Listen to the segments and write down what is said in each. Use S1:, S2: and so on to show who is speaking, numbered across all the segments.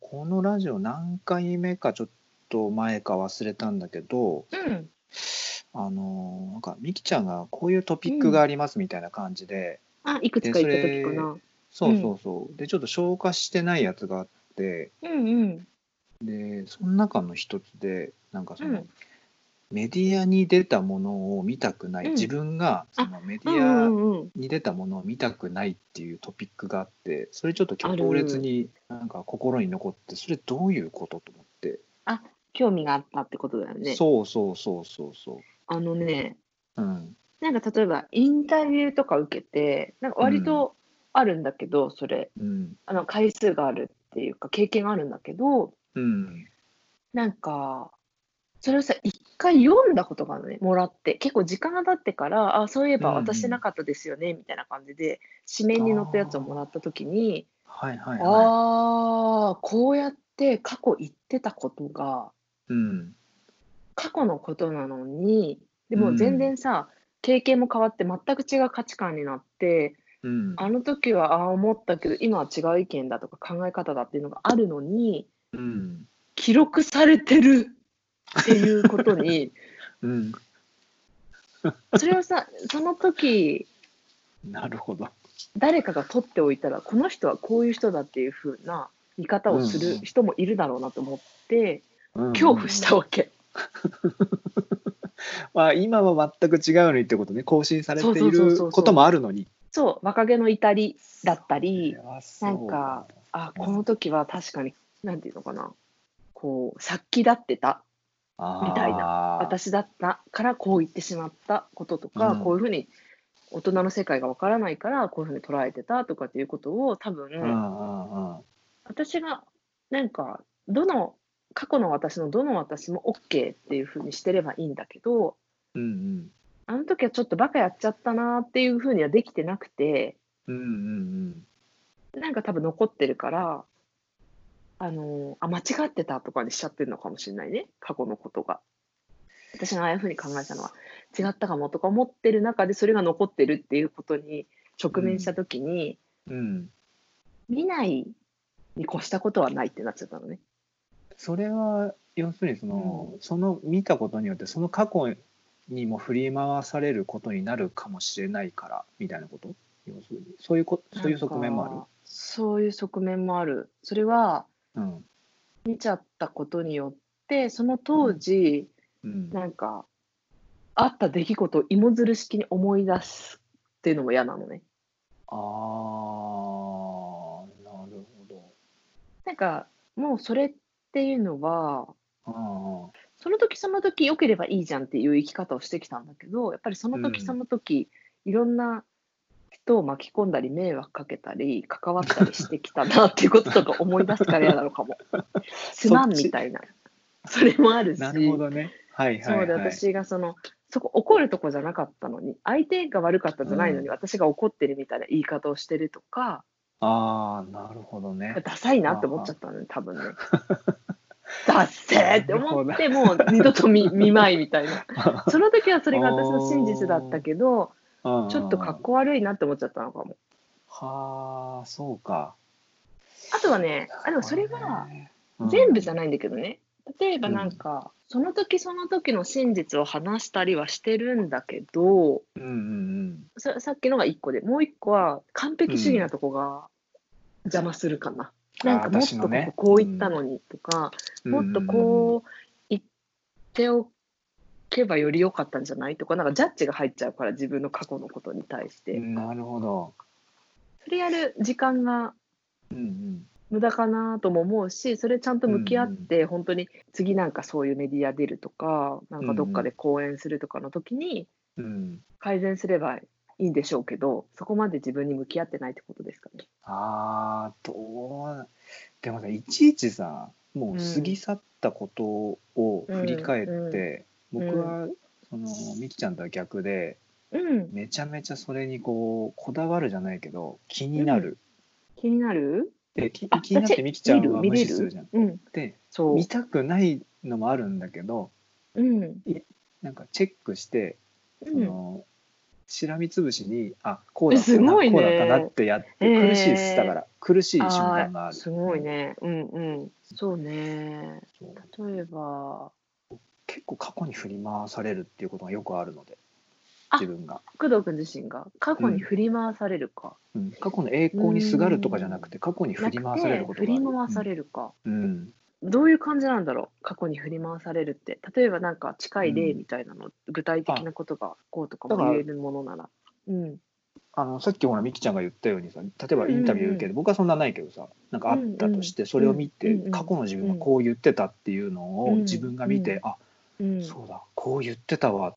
S1: このラジオ何回目かちょっと前か忘れたんだけど、
S2: うん。
S1: あのーなんかみきちゃんがこういうトピックがありますみたいな感じで、
S2: あ、いくつか行った時かな。
S1: そうそうそう、でちょっと消化してないやつがあって
S2: うんうん。
S1: でその中の一つでなんかその、
S2: うん
S1: メディアに出たものを見たくない、
S2: うん
S1: 自分がそのメデ
S2: うんう
S1: ィア
S2: んうん。
S1: に出たものを見たくないっていうトピックがあってそれちょっと強烈になんか心に残ってそれどういうことと思って、
S2: 興味があったってことだよね。
S1: そうそうそうそうそ
S2: あのね、
S1: ううん
S2: なんか例えばインタビューとか受けて、なんか割とあるんだけど、それ、
S1: うん
S2: あの回数があるっていうか、経験があるんだけど、
S1: うん
S2: なんか、それをさ、一回読んだことがあるのね、もらって。結構時間が経ってから、あ、そういえば
S1: うんうん
S2: 私なかったですよね、みたいな感じで、紙面に載ったやつをもらった時に、
S1: はいはいは
S2: ああ、こうやって過去言ってたことが、
S1: いうん
S2: 過去のことなのに、で
S1: う
S2: も
S1: ん
S2: 全然さ、経験も変わって全く違う価値観になって、
S1: うん
S2: あの時はああ思ったけど、今は違う意見だとか考え方だっていうのがあるのに、
S1: うん
S2: 記録されてるっていうこ とに、
S1: うん
S2: それをさ、その時、
S1: なるほど
S2: 誰かが取っておいたら、この人はこういう人だっていう風な見方をする人もいるだろうなと思って、恐怖したわけ。
S1: まあ、今は全く違うのにってことね更新されて
S2: そ
S1: いう
S2: そうそうそうそ
S1: る
S2: う
S1: こともあるのに
S2: そう若気の至りだったり
S1: な
S2: なんかあ
S1: うん
S2: この時は確かになんていうのかなこう殺気立ってたみたい
S1: な
S2: 私だったからこう言ってしまったこととか、
S1: うん
S2: こういうふうに大人の世界がわからないからこういうふうに捉えてたとかっていうことを多分、
S1: うんうんうん
S2: 私がなんかどの過去の私のどの私も OK っていうふうにしてればいいんだけど
S1: うん
S2: あの時はちょっとバカやっちゃったなっていうふうにはできてなくて。
S1: うんうんうん
S2: なんか多分残ってるから、あのあ、間違ってたとかにしちゃってるのかもしれないね、過去のことが。私がああいうふうに考えたのは違ったかもとか思ってる中で、それが残ってるっていうことに直面したときに、
S1: うんうん
S2: 見ないに越したことはないってなっちゃったのね。
S1: それは要するにその、その見たことによってその過去にも振り回されることになるかもしれないからみたいなこと要するにそういうこそういう側面もある
S2: なんかそういう側面もある。それは
S1: うん
S2: 見ちゃったことによって、その当時、
S1: うん
S2: なんか、あった出来事を芋づる式に思い出すっていうのも嫌なのね。
S1: ああなるほど
S2: なんかもうそれっていうのは
S1: あ
S2: その時その時良ければいいじゃんっていう生き方をしてきたんだけどやっぱりその
S1: う
S2: 時
S1: ん
S2: その時、いろんな人を巻き込んだり迷惑かけたり関わったりしてきたなっていうこととか思い出すから嫌なの かもすまんみたいなそれもある
S1: あ
S2: し
S1: なるほどねはいはい
S2: そ
S1: は
S2: う
S1: い
S2: で私がそのそこ怒るとこじゃなかったのに相手が悪かったじゃないのに、
S1: うん
S2: 私が怒ってるみたいな言い方をしてるとか
S1: ああなるほどね
S2: ダサいなって思っちゃったのね、多分ね。ダッセーって思って、もう二度と見見まいみた いな。その時はそれが私の真実だったけど、ちょっとかっこ悪いなって思っちゃったのかも。
S1: はあそうか
S2: あとはね、あでもそれは全部じゃないんだけどね、例えばなんか、その時その時の真実を話したりはしてるんだけど、
S1: うんうん
S2: ささっきのが一個で、もう一個は完璧主義なとこが邪魔するかな。
S1: うん
S2: なんかもっ
S1: あー私
S2: と
S1: の
S2: こ
S1: ね
S2: ここう言ったのにとか、
S1: うん
S2: もっとこう言っておけばより良かったんじゃないとか、なんかジャッジが入っちゃうから、自分の過去のことに対し
S1: う
S2: て。
S1: んなるほど
S2: それやる時間が
S1: うん
S2: 無駄かなとも思うし、それちゃんと向き合って、本当に次なんかそういうメディア出るとか、なんかどっかで講演するとかの時に
S1: うんうん
S2: 改善すればいいんでしょうけど、そこまで自分に向き合ってないってことですかね。
S1: ああどうでもさいちいちさもう過ぎ去ったことを振り返って、
S2: うんうん
S1: 僕はそのみきちゃんとは逆で
S2: うん、
S1: めちゃめちゃそれにこうこだわるじゃないけど気になる、
S2: 気になる
S1: でき
S2: あ
S1: 気になってみきちゃんは
S2: 見
S1: 無
S2: れ
S1: 視
S2: る
S1: するじゃん。
S2: うん、
S1: で
S2: そう。
S1: 見たくないのもあるんだけど
S2: うん、
S1: なんかチェックして
S2: う
S1: そ
S2: ん、
S1: の、しらみつぶしにあこうだった
S2: す
S1: な、
S2: ごいね
S1: こうだったなってやって苦しいです、
S2: えー
S1: だから苦しい瞬
S2: あ
S1: 間があ
S2: ー
S1: る
S2: すごいね。うんうん。そうね。
S1: そう
S2: 例えば、
S1: 結構過去に振り回されるっていうことがよくあるので
S2: あ
S1: 自分が、
S2: 工藤君自身が過去に振り回されるか。
S1: うん、過去の栄光にすがるとかじゃなくて過去に振
S2: なく
S1: り
S2: て
S1: 回されることがある
S2: 振り回されるか。
S1: うん、うん
S2: どういう感じなんだろう過去に振り回されるって例えばなんか近い例みたいなの、具体的なことがこうとかも
S1: だから
S2: 言えるものならうん
S1: あのさっきほらみきちゃんが言ったようにさ例えばインタビュー受けて、僕はそんなないけどさなんかあったとして、それを見て、
S2: うんうん
S1: 過去の自分はこう言ってたっていうのを
S2: うん
S1: 自分が見て、
S2: うん
S1: あ
S2: うん
S1: そうだこう言ってたわっ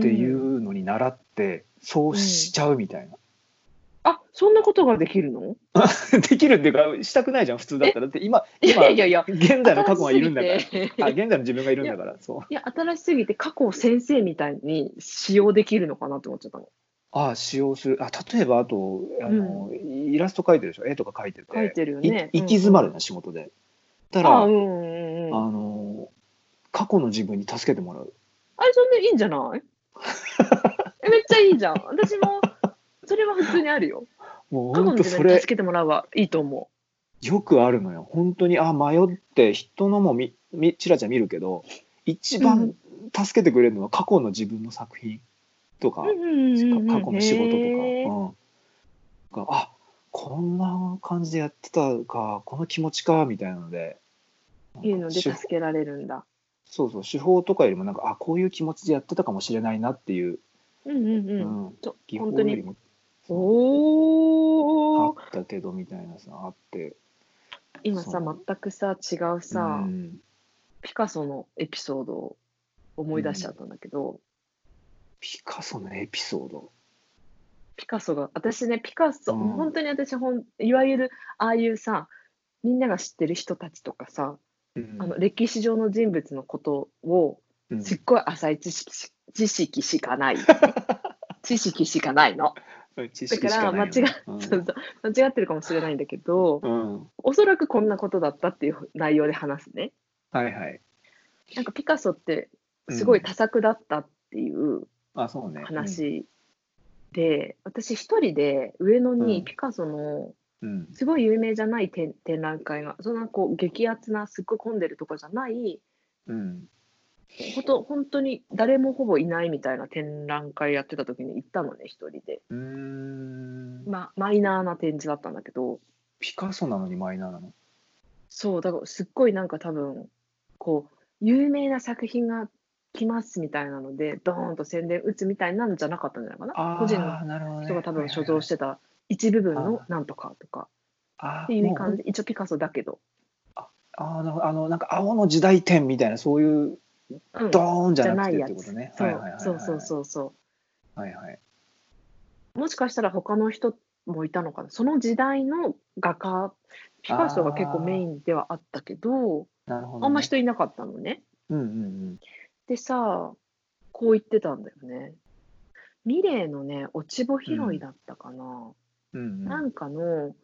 S1: てい
S2: ん
S1: うのに習って、そうしちゃうみたいな、
S2: あそんなことができるの
S1: できるっていうかしたくないじゃん普通だったらだって今
S2: い
S1: 今
S2: やいやいや
S1: 現在の過去がいるんだから
S2: 新しすぎて
S1: あ現在の自分がいるんだからそう
S2: いや新しすぎて過去を先生みたいに使用できるのかなって思っちゃったの
S1: ああ使用するあ例えばあとあの、イラスト描いてるでしょ絵とか描いてて
S2: 書いてるよね
S1: い行き詰ま
S2: る
S1: るな仕事でたら
S2: あ
S1: あ,、
S2: うんうんうんあ
S1: の過去の自分に助けてもらう
S2: れそんないいんじゃない えめっちゃいいじゃん私もそれは普通にあるよ
S1: もう
S2: 過去の
S1: 本当
S2: 自
S1: そ
S2: 分に
S1: れ
S2: 助けてもらうはいいと思う
S1: よくあるのよ本当にあ迷って人のもみみちらちら見るけど一番助けてくれるのは過去の自分の作品とか、
S2: うんうんうんうん
S1: 過去の仕事とか、
S2: へー
S1: うん、があこんな感じでやってたかこの気持ちかみたいなので
S2: いうので
S1: 手
S2: 助
S1: 法
S2: けられるんだ。
S1: そうそう手法とかよりもなんかあこういう気持ちでやってたかもしれないなっていう、
S2: うんうん
S1: う
S2: うん。
S1: ん
S2: そう
S1: 技法
S2: 本当
S1: より
S2: に。
S1: もあ
S2: お
S1: っ
S2: お。
S1: たけどみたいなさあって
S2: 今さ
S1: そう
S2: 全くさ違うさ、
S1: うん
S2: ピカソのエピソードを思い出しちゃったんだけど、
S1: ピカソのエピソード
S2: ピカソが私ねピカソ、
S1: うん
S2: 本当に私ほんいわゆるああいうさみんなが知ってる人たちとかさ、あの歴史上の人物のことを
S1: うん
S2: すっごい浅い知識し知識しか ない知識しかないの。
S1: うん知
S2: だ
S1: 識
S2: か
S1: しか
S2: ら
S1: な
S2: 間違
S1: い
S2: っ
S1: よね
S2: そうそう間違ってるかもしれないんだけど、
S1: うんうん
S2: おそらくこんなことだったっていう内容で話すね。
S1: はいはい
S2: なんかピカソってすごい多作だったっていう
S1: あそうね
S2: 話で、私一人で上野
S1: う
S2: に
S1: ん
S2: ピカソの
S1: うん
S2: すごい有名じゃない展展覧会がそんなこう激アツなすっごい混んでるとかじゃない
S1: うん
S2: ほと本当に誰もほぼいないみたいな展覧会やってた時に行ったのね一人で、
S1: うんうーん
S2: まあ、マイナーな展示だったんだけど
S1: ピカソなのにマイナーなの
S2: そうだからすっごいなんか多分こう有名な作品が来ますみたいなのでドーンと宣伝打つみたいなんじゃなかったんじゃないかな個人の
S1: あーなるほどね
S2: 人が多分所蔵してた一部分のなんとかとか
S1: あ
S2: っていう感じ一応ピカソだけど、
S1: あーなるほどあのなんか青の時代点みたいなそういう
S2: うん、
S1: ドーンじ
S2: じ
S1: ゃ
S2: ゃ
S1: な
S2: な
S1: く
S2: い
S1: て
S2: や
S1: って
S2: つ
S1: ことね
S2: そう
S1: はいはいはいはい
S2: そうそうそうそ
S1: はいはいう
S2: もしかしたら他の人もいたのかなその時代の画家ピカソが結構メインではあったけど
S1: なるほどね
S2: あんま人いなかったのね。
S1: うんうん
S2: でさこう言ってたんだよねミレーのね落ち穂拾いだったかな、
S1: うんうん
S2: なんかの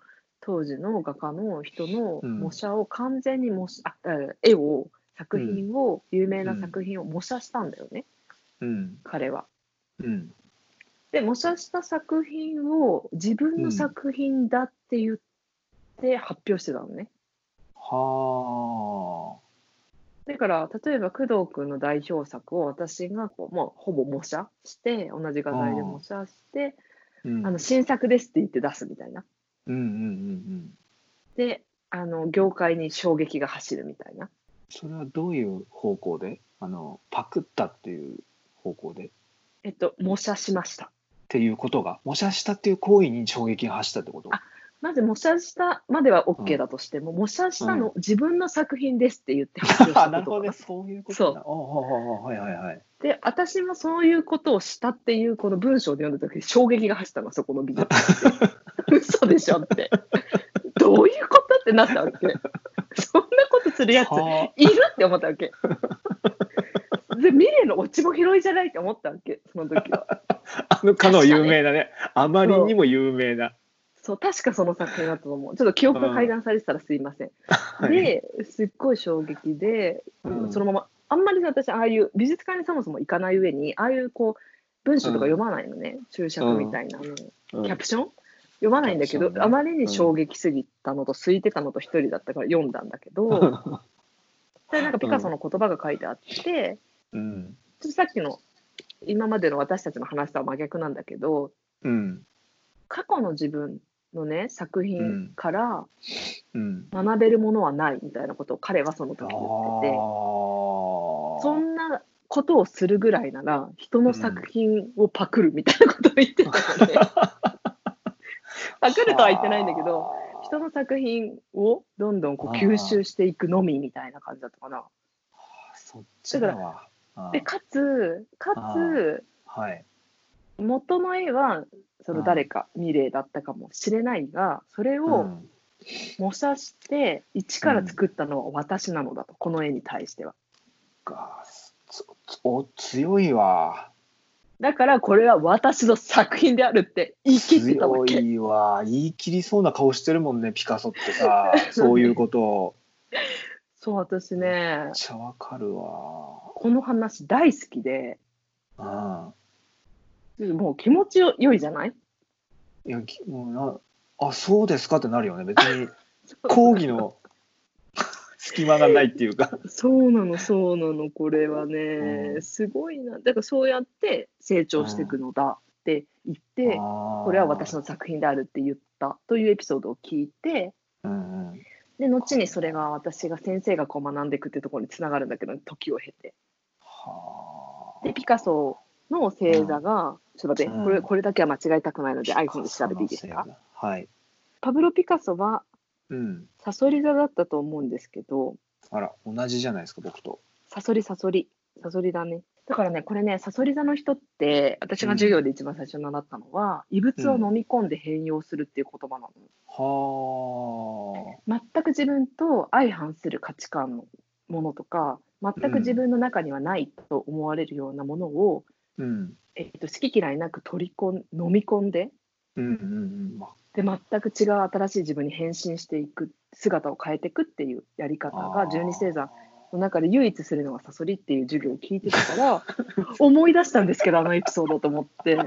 S2: 当時の画家の人の
S1: うん
S2: 模写を完全に模写、ああ絵を作品を、有名な作品を模写したんだよね、
S1: うん
S2: 彼は。
S1: うん
S2: で模写した作品を自分の作品だって言って発表してたのね。
S1: は
S2: だから例えば工藤君の代表作を私がこうもうほぼ模写して同じ画材で模写して
S1: あうん
S2: あの新作ですって言って出すみたいな。
S1: うんうんうんうん
S2: であの業界に衝撃が走るみたいな。
S1: それはどういう方向であのパクったっていう方向でっ
S2: えっと模写しました。
S1: ていうことが模写したっていう行為に衝撃が走ったってこと
S2: あまず模写したまでは OK だとしても、模写したの、自分の作品ですって言って発表 し
S1: あ
S2: た
S1: なる
S2: こと
S1: ほど
S2: か
S1: ね
S2: な。
S1: そういうことだおうはいはいはい
S2: で私もそういうことをしたっていうこの文章で読んだ時衝撃が走ったのそこの美術 って。嘘でしょって。どういうことってなったわけ。そんなことするやつ
S1: はい
S2: るって思ったわけ。でミレーの落ちも拾いじゃないって思ったわけその時は。
S1: あのかの有名なねあまりにも有名な
S2: そう確かその作品だったと思うちょっと記憶が改ざんされてたらすいません、
S1: はい
S2: ですっごい衝撃で、
S1: うん
S2: そのままあんまり私ああいう美術館にそもそも行かない上にああいうこう文章とか読まないのね、注釈みたいな、あの
S1: うん
S2: キャプション読まないんだけ
S1: キャ
S2: ど、
S1: プションね
S2: あまりに衝撃すぎたのと空いてたのと一人だったから読んだんだけどでなんかピカソの言葉が書いてあって、
S1: うん
S2: ちょっとさっきの今までの私たちの話とは真逆なんだけど
S1: うん
S2: 過去の自分のね作品から
S1: うん
S2: 学べるものはないみたいなことを彼はその
S1: あ
S2: 時言って
S1: あ
S2: て、そんなことをするぐらいなら人の作品をパクるみたいなことを言ってたので、パクるとは言ってないんだけど人の作品をどんどんこう吸収していくのみみたいな感じだったかな。
S1: そっちだわあー
S2: でかつかつ
S1: はい
S2: 元の絵はその誰かミレーだったかもしれないがそれを
S1: ん
S2: 模写して一から作ったのは私なのだと、この絵に対しては。
S1: がつつお強いわ
S2: だからこれは私の作品であるって言い切ってたわ
S1: 強
S2: け。
S1: いわ言い切りそうな顔してるもんねピカソって さそういうことを
S2: そう私ね
S1: めっちゃわかるわ
S2: この話大好きで
S1: うん
S2: もう気持ちよ良いじゃない
S1: いやきもうなあそうですかってなるよね別 に講義の隙間がないっていうか
S2: そうなのそうなのこれはねすごいなだからそうやって成長していくのだって言って、こ
S1: こ
S2: れは私の作品であるって言ったというエピソードを聞いて
S1: うんうん
S2: で後にそれが私が先生がこう学んでいくってところにつながるんだけど時を経て
S1: は
S2: でピカソの星座が、ちょっと待って
S1: うん
S2: これこれだけは間違いたくないので
S1: あ
S2: iPhone で調べていいですか
S1: そのせいだはい
S2: パブロ・ピカソは
S1: うん
S2: サソリ座だったと思うんですけど
S1: あら同じじゃないですか僕と
S2: サソリサソリサソリだねだからねこれねサソリ座の人って私が授業で一番最初に習ったのは、異物を飲み込んで変容するっていう言葉なの、
S1: は
S2: 全く自分と相反する価値観のものとか全く自分の中にはないと思われるようなものを、
S1: あうん
S2: えっと、好き嫌いなく取り込ん飲み込んで
S1: うんうんうんま
S2: で全く違う新しい自分に変身していく姿を変えていくっていうやり方が
S1: あー
S2: 十二星座の中で唯一するのがサソリっていう授業を聞いてたから 思い出したんですけどあのエピソードと思って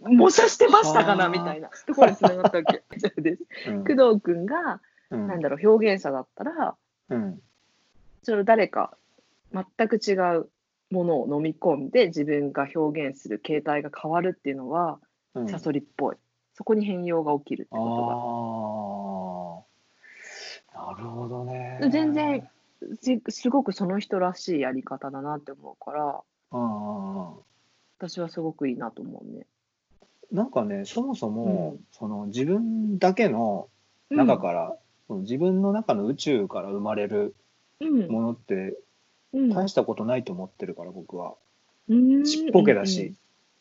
S2: 模写してましたかな
S1: はー
S2: みたいなところにつながったわけそうです
S1: うん
S2: 工藤君が
S1: うん
S2: なんだろう表現者だったら
S1: うん
S2: それを誰か全く違うものを飲み込んで自分が表現する形態が変わるっていうのは
S1: うん
S2: サソリっぽい、そこに変容が起きるって
S1: ああ
S2: ことが
S1: なるほどね
S2: 全然すすごくその人らしいやり方だなって思うから
S1: うんうんうん
S2: 私はすごくいいなと思うね。
S1: なんかねそもそも、
S2: うん
S1: その自分だけの中から、その自分の中の宇宙から生まれる
S2: うん
S1: ものって
S2: うん
S1: 大したことないと思ってるから僕は
S2: うん
S1: ちっぽけだし、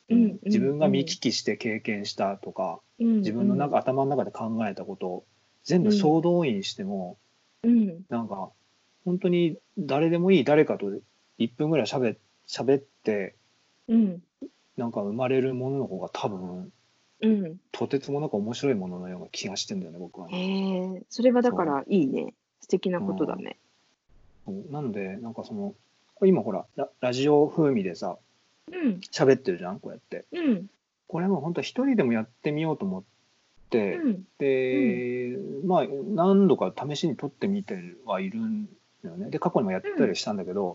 S2: うんうんうん
S1: 自分が見聞きして経験したとか、
S2: うんうん
S1: 自分の中頭の中で考えたことを全部総動員しても、
S2: うん
S1: なんか本当に誰でもいい誰かと1分ぐらいしゃべって
S2: うん
S1: なんか生まれるものの方が多分
S2: うん
S1: とてつもなく面白いもののような気がしてんだよね僕はね。
S2: へえそれはだからいいね素敵なことだね。
S1: そうなのでなんかそのこれ今ほらララジオ風味でさ
S2: うん
S1: 喋ってるじゃんこうやって
S2: うん
S1: これも本当一人でもやってみようと思って、
S2: うん
S1: で、まあ何度か試しに撮ってみてはいるんだよねで過去にもやったりしたんだけど、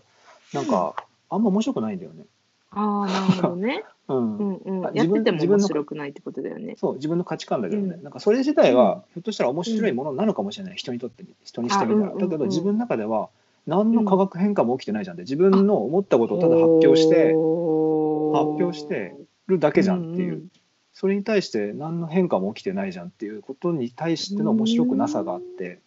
S2: うん
S1: なんかあんま面白くないんだよね。
S2: ああなるほどね。
S1: うん
S2: うんうん
S1: あ
S2: や
S1: 自
S2: っ
S1: 分
S2: てても
S1: 自分
S2: 面
S1: の
S2: 白くないってことだよね。
S1: そう自分の価値観だけどね、
S2: うん
S1: なんかそれ自体は、
S2: うん
S1: ひょっとしたら面白いものなのかもしれない、人にとって人にしてみ
S2: あう
S1: た
S2: ん
S1: ら、
S2: うんう
S1: だ
S2: ん
S1: けど自分の中では何の化学変化も起きてないじゃんって自分の思ったことをただ発表して
S2: 発
S1: 発表してるだけじゃんっていう、
S2: うんうん
S1: それに対して何の変化も起きてないじゃんっていうことに対しての面白くなさがあって、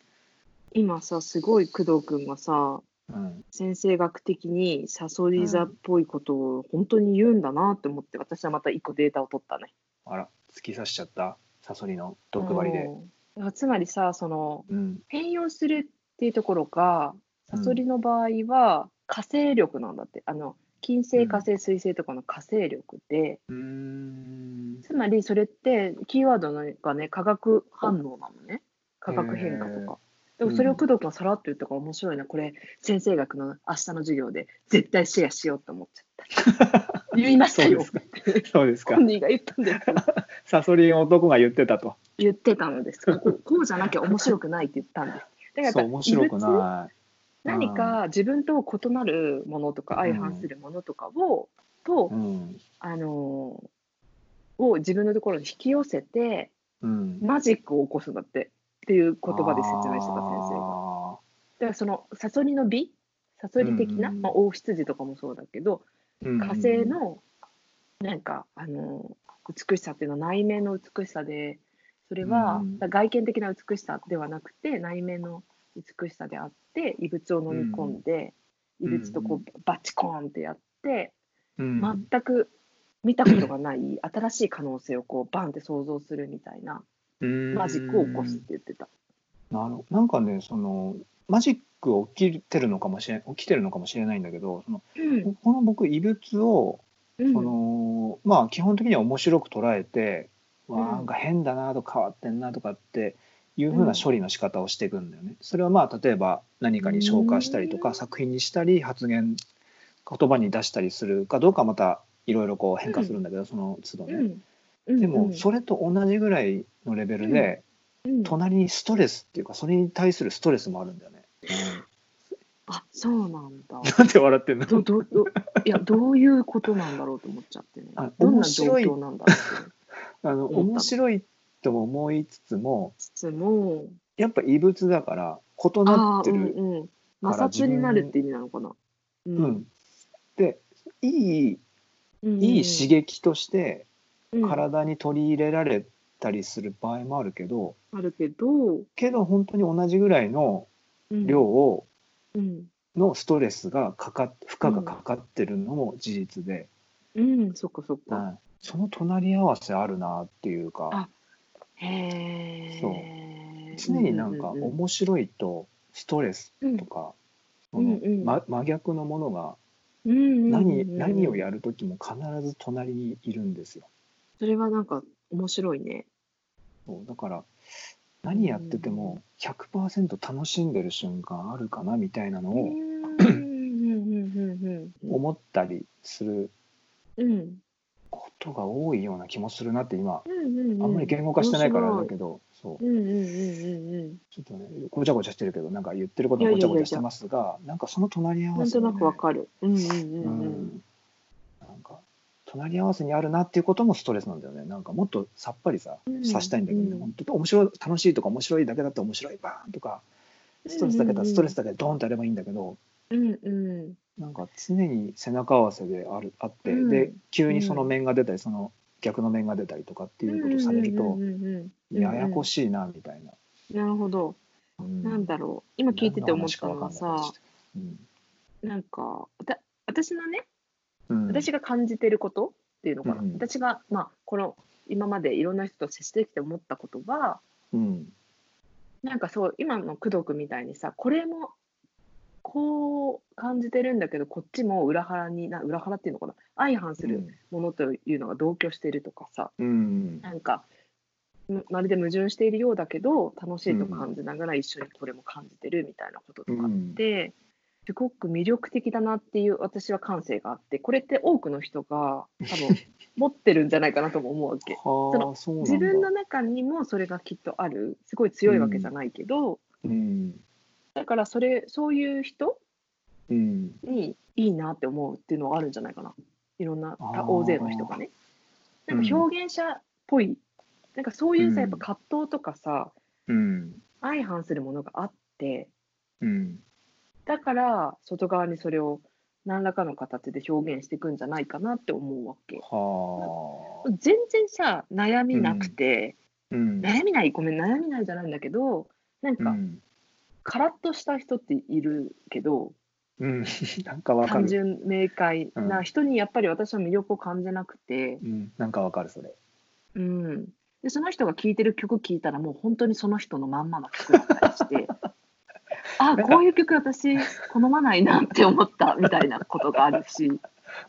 S2: 今さすごい工藤君がさ
S1: うん、
S2: 先生学的にサソリ座っぽいことを本当に言うんだなって思って、私はまた一個データを取ったね。
S1: あら突き刺しちゃったサソリの毒針で。
S2: うんだからつまりさその
S1: うん
S2: 変容するっていうところがサソリの場合は火星力なんだって、あの金星火星水星とかの火星力で、
S1: うーん
S2: つまりそれってキーワードのがね化学反応なのね化学変化とか。でもそれを工藤君がさらっと言ったから面 白いな、これ先生学の明日の授業で絶対シェアしようと思っちゃった。言いましたよ
S1: そうですか。そうですか
S2: 本。人が言ったんです
S1: サソリン男が言ってたと。
S2: 言ってたのですこうこうじゃなきゃ面白くないって言ったんですだからやっぱ
S1: そう面白く
S2: 異物
S1: ない。
S2: 何か自分と異なるものとか相反するものとかを、と
S1: うん。
S2: あのーを自分のところに引き寄せて
S1: うん。
S2: マジックを起こすんだってっていう言葉で説明してた先生が。
S1: が。
S2: だからそのサソリの美サソリ的な、
S1: うんうん
S2: まあ、大羊とかもそうだけど
S1: うん
S2: 火星。のなんかあの美しさっていうのは内面の美しさでそれは
S1: うんうん
S2: 外見的な美しさではなくて内面の美しさであって異物を飲み込んで異
S1: うん
S2: 物とこうバチコーンってやって
S1: うん。
S2: 全く見たことがない新しい可能性をこうバンって想像するみたいな
S1: うん
S2: マジックを起こすって言ってた。
S1: なるなんかねそのマジック起きてるのかもしれ起きてるのかもしれないんだけどその
S2: うん
S1: この僕異物を
S2: うん
S1: その、まあ基本的には面白く捉えて、
S2: ん
S1: わあなんか変だなとか変わってんなとかっていうふうな処理の仕方をしていくんだよね。それはまあ例えば何かに消化したりと
S2: う
S1: か
S2: ん
S1: 作品にしたり発言言葉に出したりするかどうかはまたいろいろこう変化するんだけど、その都度
S2: う
S1: ね。
S2: んうん
S1: でもそれと同じぐらいのレベルで、
S2: うん
S1: 隣にストレスっていうかそれに対するストレスもあるんだよね。
S2: あそうなんだ。
S1: なんで笑ってんの
S2: どどどい やどういうことなんだろうと思っちゃってね
S1: あ。
S2: どん
S1: 面
S2: な状
S1: 白い
S2: 況なんだろうって。
S1: あの
S2: 思ったの
S1: 面白いとも思いつつも
S2: 質問。
S1: やっぱ異物だから異な
S2: あ
S1: っ
S2: あ
S1: て
S2: うん
S1: る。
S2: うん。摩擦になるって意味なのかな。う
S1: うんでいいいい刺激として
S2: 激
S1: 体に取り入れられたりする場合もあるけど、
S2: あるけど、
S1: けど本当に同じぐらいの
S2: うん
S1: 量を、
S2: うん
S1: のストレスがかかっ負荷がかかってるのも事実で、
S2: うんそっかそっ
S1: う
S2: か。
S1: んその隣り合わせあるなっていうか。
S2: あへえ。
S1: そう常になんか
S2: ううう
S1: 面白いとストレス
S2: うん
S1: とか、
S2: うん
S1: その
S2: うんうん
S1: ま真逆のものが
S2: うんうんうん
S1: 何,、何をやる時も必ず隣にいるんですよ。
S2: それはなんか面白いね。
S1: そうだから何やってて
S2: う
S1: も100%楽しんでる瞬間あるかなみたいなの
S2: うんう
S1: を
S2: んうん うん
S1: 思ったりする
S2: うんうん
S1: ことが多いような気もするなって今
S2: うんうんうん
S1: あんまり言語化してないからだけど、そう
S2: うんうんうんうんうん。
S1: ちょっとねごちゃごちゃしてるけどなんか言ってることもごちゃごちゃしてますがなんかその隣り合
S2: な
S1: わ
S2: ん
S1: せ
S2: と
S1: にね、
S2: なくわかる。うんうんうん
S1: う
S2: うん。
S1: んなんか隣り合わせにあるなっていうこともストレスなんだよねなんかもっとさっぱりさ、
S2: うん
S1: さしたいんだけどね、
S2: うん
S1: 本当面白い楽しいとか面白いだけだったら面白いバーンとかストレスだけだったらストレスだけでドーンとやればいいんだけど、
S2: うんうん。
S1: なんか常に背中合わせであるあって、
S2: うん
S1: で急にその面が出たりその逆の面が出たりとかっていうことをされると、
S2: うんうんうんうん
S1: ややこしいなみたいな。
S2: なるほど。
S1: うん
S2: なんだろう。今聞いてて思ったのは
S1: 何の話かわかんなくなっ
S2: さ
S1: ちゃ、たうん
S2: なんか、わた私のね、
S1: うん
S2: 私が感じてることっていうのかな
S1: うん。
S2: 私が、まあ、この、今までいろんな人と接してきて思ったことは、
S1: うん
S2: なんかそう、今の工藤君みたいにさ、これも、こう感じてるんだけど、こっちも裏腹にな、裏腹っていうのかな。相反するものというのが同居してるとかさ、
S1: うん
S2: なんかむまるで矛盾しているようだけど楽しいと感じながら一緒にこれも感じてるみたいなこととかあって、すごく魅力的だなっていう私は感性があってこれって多くの人 が多分持ってるんじゃないかなとも思うわけ。
S1: はあそうなんだ
S2: 自分の中にもそれがきっとあるすごい強いわけじゃないけど、
S1: うん
S2: だからそれそういう人
S1: うん
S2: にいいなって思うっていうのはあるんじゃないかないろんな
S1: あー
S2: 大勢の人がねなん
S1: う
S2: か
S1: ん
S2: 表現者っぽい、なんかそういうさ
S1: う
S2: や
S1: ん
S2: っぱ葛藤とかさ、
S1: うん
S2: 相反するものがあって
S1: うん
S2: だから外側にそれを何らかの形で表現していくんじゃないかなって思うわけ
S1: はあ、
S2: 全然さ悩みなく
S1: うん
S2: て、悩みないごめん悩みないじゃないんだけどなん
S1: う
S2: か
S1: ん
S2: カラッとした人っているけど、
S1: うん、なんかわか
S2: 単
S1: る、
S2: 純明快な人にやっぱり私は魅力を感じなくて、
S1: うん、なんかわかるそれ
S2: うん、でその人が聴いてる曲聴いたらもう本当にその人のまんまの曲だったりして あ
S1: か
S2: こういう曲私好まないなって思ったみたいなことがあるし、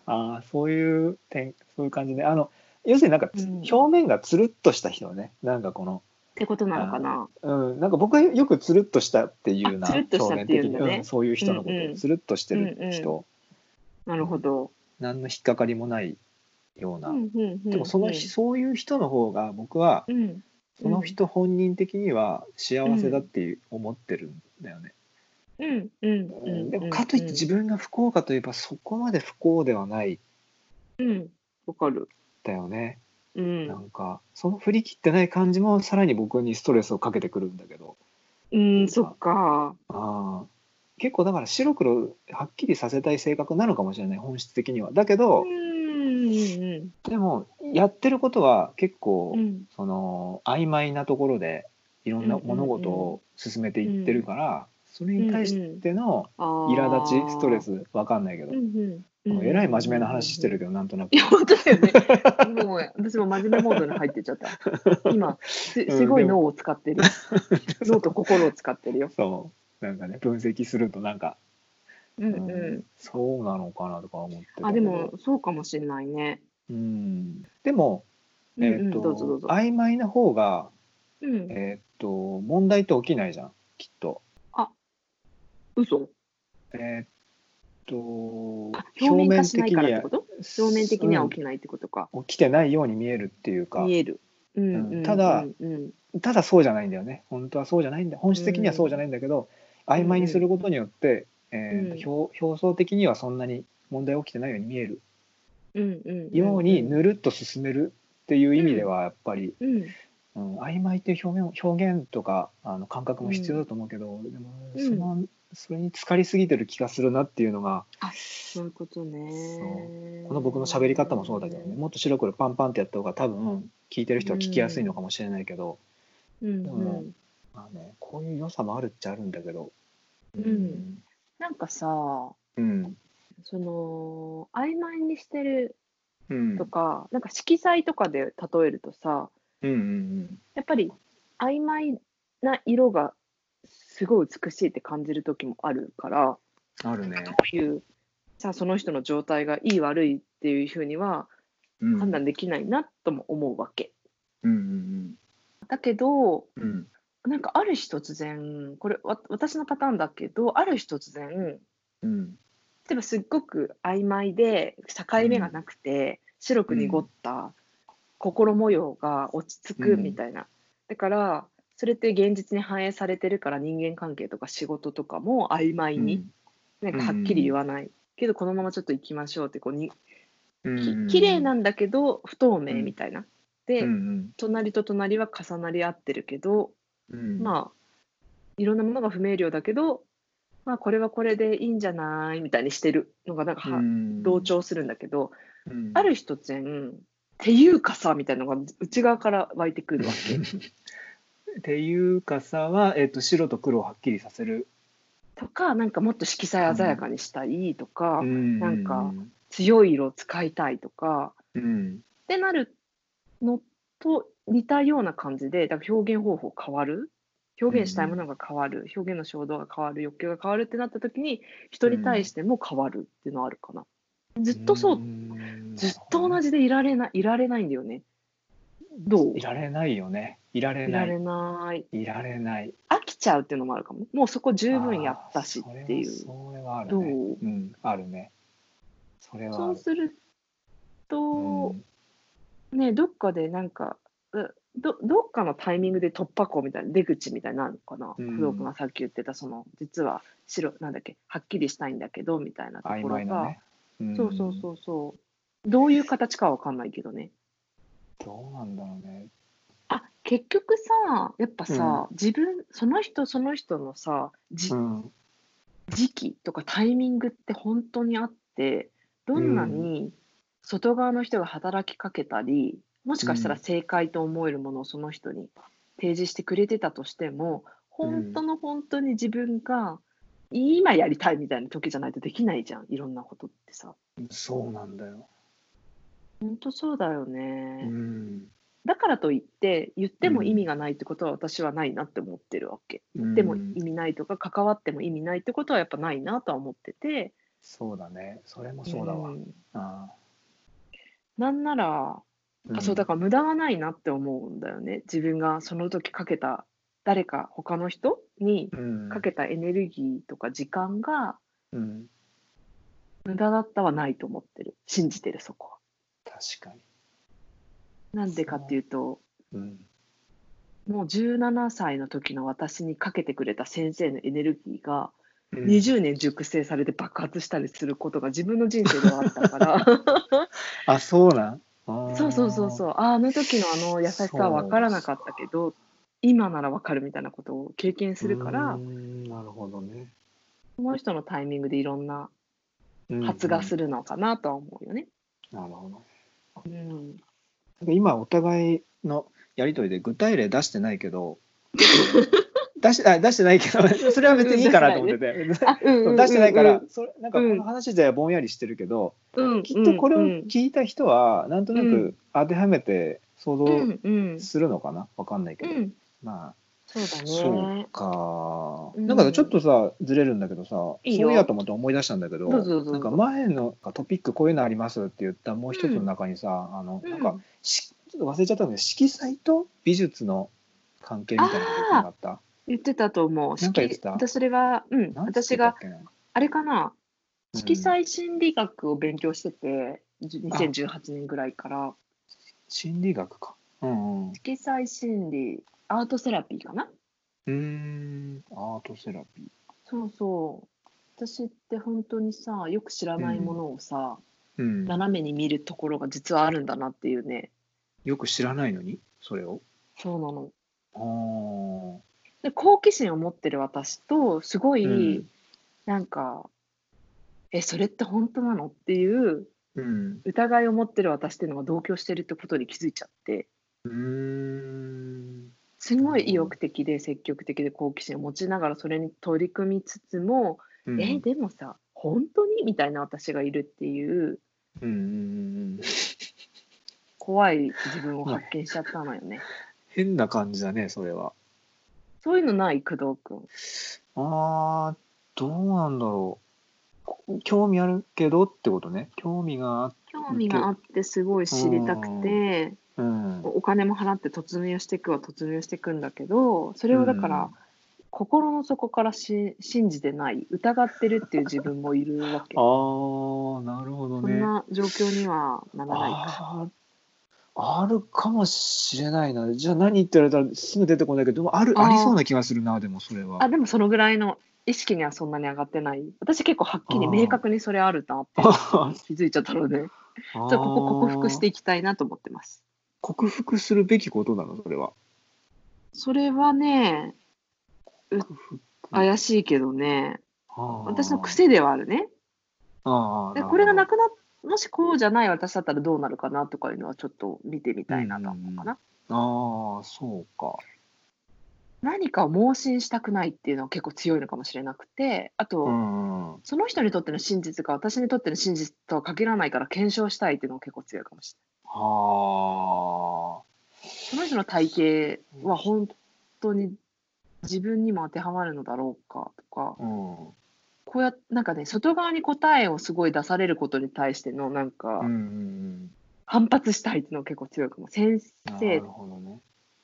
S1: ああそういう点そういう感じねあの要するになんかつ、
S2: うん
S1: 表面がつるっとした人ねなんかこの、
S2: ってことなのかな。
S1: うん、なんか僕はよくつるっとしたっていうな
S2: あつるっとしたっていうん
S1: 表面
S2: だね
S1: 的にうんそういう人のこと、
S2: うんうん
S1: つるっとしてる人、
S2: なるほど。
S1: 何の引っかかりもないような、
S2: うんうんうんうん
S1: でもその、そういう人の方が僕は
S2: うん、
S1: その人本人的には幸せだっていう思ってるんだよね。
S2: うんうんうんうん、
S1: でもかといって自
S2: 分、
S1: 分が不幸かといえばそこまで不幸ではないん
S2: うん、わかる、
S1: だよね、
S2: うん、
S1: なんかその振り切ってない感じもさらに僕にストレスをかけてくるんだけど
S2: うん、そっか。
S1: あー結構だから白黒はっきりさせたい性格なのかもしれない本質的にはだけ
S2: う
S1: ど
S2: ん、
S1: でもやってることは結構、
S2: うん、
S1: その曖昧なところでいろんな
S2: うんうんうん
S1: 物事を進めていってるから、それに対しての
S2: あー
S1: 苛立ち、ストレ。スわかんないけど
S2: うん、うんうんうん、
S1: えらい真面目な話してるけどなんとなく
S2: い。や本当だよ ね。もう私も真面目モードに入ってっちゃった。今すすごい脳を使 ってる。脳と心を使ってるよ。
S1: そうなんかね分析するとなんか、
S2: うん
S1: うん
S2: う
S1: そうなのかなとか思ってたけ
S2: ん。
S1: ど
S2: あでも、そうかもしれないね。
S1: うん、でも、
S2: うん
S1: え
S2: う
S1: ー
S2: ん
S1: と
S2: どうぞどうぞ。
S1: 曖昧な方が、
S2: うん。
S1: えーっと問題って起きないじゃんきっと。
S2: 嘘。
S1: えーっと
S2: あ表面化しないからって
S1: 表
S2: こと？表面的には
S1: き
S2: 起きないってことか。
S1: 起きてないように見えるっていうか
S2: 見える。うん
S1: うん
S2: うん
S1: ただ
S2: うんうん
S1: ただそうじゃないんだよね本当はそうじゃないんだ本質的にはそうじゃないんだけど、曖昧にすることによって、えー
S2: うん
S1: 表表層的にはそんなに問題起きてないように見える
S2: うんうん。
S1: ようにぬるっと進めるっていう意味ではやっぱり、
S2: うん。
S1: うん、曖昧っていう表現表現とかあの感覚も必要だと思うけど、でも
S2: うん
S1: そのそれに疲れすぎてる気がするなっていうのが
S2: そういうことね。
S1: この僕の喋り方もそうだけどねもっと白黒パンパンってやった方が多分聞いてる人は聞きやすいのかもしれないけど。
S2: うん
S1: う
S2: うんん。
S1: まあね、こういう良さもあるっちゃあるんだけど。
S2: んなんかさ、
S1: うん。
S2: その曖昧にしてる
S1: うん。
S2: とか、なんか色彩とかで例えるとさ
S1: うんうん
S2: やっぱり曖昧な色がすごい美しいって感じる時もあるから
S1: うん。あるね。
S2: そういうさその人の状態がいい悪いっていうふうには
S1: うん。
S2: 判断できないなとも思うわけ。
S1: うんうん
S2: だけど
S1: うん。うん。
S2: なんかある日突然これわ私のパターンだけどある日突然
S1: うん。
S2: 例えばすっごく曖昧で境目がなくて、白く濁った心模様が落ち着くみたいな、だからそれって現実に反映されてるから人間関係とか仕事とかも曖昧に、なんかはっきり言わない、けどこのままちょっと行きましょうってこうに
S1: うん。
S2: き綺麗なんだけど不透明みたいな。で、
S1: うん
S2: 隣と隣は重なり合ってるけど
S1: うん。あ。
S2: まあいろんなものが不明瞭だけど、まあ、これはこれでいいんじゃないみたいにしてるのがなんかは、同。調するんだけど、
S1: うん、
S2: ある日突然っていうかさみたいなのが内側から湧いてくるわけ。
S1: っていうかさは、えっ、と、白と黒をはっきりさせる。
S2: とかなんかもっと色彩鮮やかにしたいとか、
S1: うん
S2: なんか。強い色を使いたいとか
S1: うん。
S2: ってなるのと似たような感じでだから表現方法変わる表現したいものが変わる、表現の衝動が変わる欲求が変わるってなった時に人に対しても変わるっていうのはあるかな。ずっとそう、
S1: ん
S2: ずっと同。じでいられないいられないんだよね。どう
S1: いられないよね。いられ
S2: い
S1: な
S2: ら
S1: い
S2: れ。ない。
S1: いられない。
S2: 飽きちゃうっていうのもあるかもねもうそこ十分やったし
S1: あー
S2: っていう
S1: それはそれはある
S2: どう
S1: ね。うん、あるね。それはあ
S2: そう
S1: る。
S2: すると、ねどっかでなんかうどどっかのタイミングで突破口みたいな出口みたいになるのかな、
S1: うん
S2: 工藤君がさっき言ってたその実は白なんだっけはっきりしたいんだけどみたいなと
S1: 曖
S2: ころ
S1: 昧
S2: が、
S1: なね。ん
S2: そうそうそうそうどういう形かは分かんないけどね
S1: どうなんだろうね。
S2: あ結局さやっぱさ、自分その人その人のさじ
S1: うん。
S2: 時期とかタイミングって本当にあってどんなに外側の人が働きかけたり、もしかしたら正解と思えるものをその人に提示してくれてたとしても本当の本当に自分が今やりたいみたいな時じゃないとできないじゃんいろんなことってさ
S1: そうなんだよ。
S2: 本当そうだよ
S1: う
S2: ね、
S1: ん。
S2: だからといって言っても意味がないってことは私はないなって思ってるわけ、言っても意味ないとか関わっても意味ないってことはやっぱないなとは思ってて
S1: そうだね。それもそうだわ。
S2: ん
S1: あ
S2: なんなら、
S1: ー
S2: あそうだから無駄がないなって思うんだよね自分がその時かけた誰か他の人に
S1: うん
S2: かけたエネルギーとか時間が
S1: うん
S2: 無駄だったはないと思ってる信じてるそこは
S1: 確かに。
S2: なんでかっていうと
S1: うん。
S2: もう17歳の時の私にかけてくれた先生のエネルギーが20年熟成されて爆発したりすることが自分の人生ではあったから
S1: あ、そうなんあー
S2: そうそうそうそうああの時のあの優しさは分からなかったけど今なら分かるみたいなことを経験するから
S1: うーんなるほどね。
S2: その人のタイミングでいろんな発芽す
S1: る。
S2: るのかなとは思うよね。
S1: なるほど。
S2: うん、
S1: なんか今お互いのやりとりで具体例出してないけ ど出しあ出してないけどそれは別にいいかなと思ってて
S2: あうんうん
S1: そうう
S2: うん
S1: ん出してないからそれなんかこ
S2: うん
S1: の話自体はぼんやりしてるけど
S2: うん、
S1: きっとこれを
S2: うん
S1: 聞いた人はなんとな
S2: う
S1: く当てはめて想
S2: うん
S1: 像
S2: うん
S1: するのかなわかんないけ
S2: う
S1: ど
S2: ん、
S1: まあ
S2: そうだ
S1: そう
S2: ね。
S1: か
S2: うん
S1: なんかちょっとさずれるんだけどさ
S2: いい
S1: そ
S2: よ
S1: ういやと思って思い出したんだけど
S2: どうぞどうぞ
S1: なんか前のトピックこういうのありますって言ったもう一つの中にさあのなんか
S2: うん
S1: しちょっと忘れちゃったんだけど色彩と美術の関係みたいなことがあった。
S2: 言ってたと思う。
S1: なんか言ってた
S2: 私それは、うん、
S1: なんつって
S2: 私
S1: たっ
S2: が
S1: けな
S2: あれかな、
S1: うん
S2: 色彩心理学を勉強してて、じゅ2018年ぐらいから、
S1: 心理学か。うんうん。う
S2: 色彩心理、アートセラピーかな
S1: ーん。アートセラピー。
S2: そうそう。私って本当にさ、よく知らないものをさ、
S1: うん。
S2: 斜めに見るところが実はあるんだなっていうね。
S1: よく知らないのにそれを。
S2: そうなの。
S1: あー
S2: で好奇心を持ってる私とすごい、
S1: うん
S2: なんかえそれって本当なのっていう
S1: うん。
S2: 疑いを持ってる私っていうのが同居してるってことに気づいちゃって
S1: うーん。
S2: すごい意欲的で積極的で好奇心を持ちながらそれに取り組みつつも、
S1: うん
S2: えでもさ本当にみたいな私がいるっていう
S1: うんうんうんうん。
S2: 怖い自分を発見しちゃったのよね。
S1: 変な感じだねそれは。
S2: そういうのない工藤君。
S1: あーどうなんだろうこ。興味あるけどってことね。興味があっ
S2: 興味があってすごい知りたくて。
S1: うん。
S2: お金も払って突入していくは突入していくんだけどそれをだから、
S1: うん
S2: 心の底からし信じてない疑ってるっていう自分もいるわけ
S1: あーなるほど
S2: そ
S1: ね。
S2: んな状況にはならないか
S1: あーあるかもしれないな。じゃあ何って言われたらすぐ出てこないけど、でもある
S2: あー
S1: ありそうな気がするな、でもそれ
S2: あ
S1: は。
S2: でもそのぐらいの意識にはそんなに上がってない私結構はっきり
S1: あー
S2: 明確にそれあるな って
S1: あ
S2: 気づいちゃったので
S1: ー
S2: そうここ克服していきたいなと思ってます
S1: 克服するべきことなの、それは。
S2: それはね
S1: 克服
S2: 怪しいけどね
S1: あー
S2: 私の癖ではあるね
S1: あー
S2: で
S1: るほど
S2: これがなくなっもしこうじゃない私だったらどうなるかなとかいうのはちょっと見てみたいなと思うかな。
S1: ああ、そうか。
S2: 何かを盲信したくないっていうのは結構強いのかもしれなくてあと、
S1: うん。
S2: その人にとっての真実が私にとっての真実とは限らないから検証したいっていうのも結構強いかもし
S1: は
S2: れない。その人の体型は本当に自分にも当てはまるのだろうかとか
S1: あ。うん。
S2: こうやっなんかね外側に答えをすごい出されることに対してのなんか
S1: うん
S2: 反発したいっていうのは結構強いかも先
S1: うんうん、な
S2: 生
S1: るほどね。